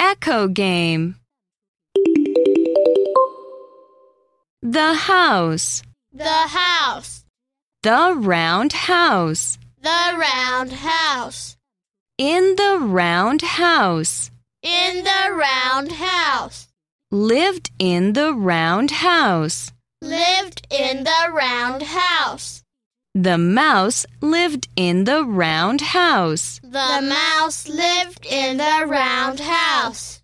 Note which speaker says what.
Speaker 1: Echo game. The house.
Speaker 2: The house.
Speaker 1: The round house.
Speaker 2: The round house.
Speaker 1: In the round house.
Speaker 2: In the round house.
Speaker 1: Lived in the round house.
Speaker 2: Lived in the round house.
Speaker 1: The mouse lived in the round house.
Speaker 2: The mouse lived in the round house.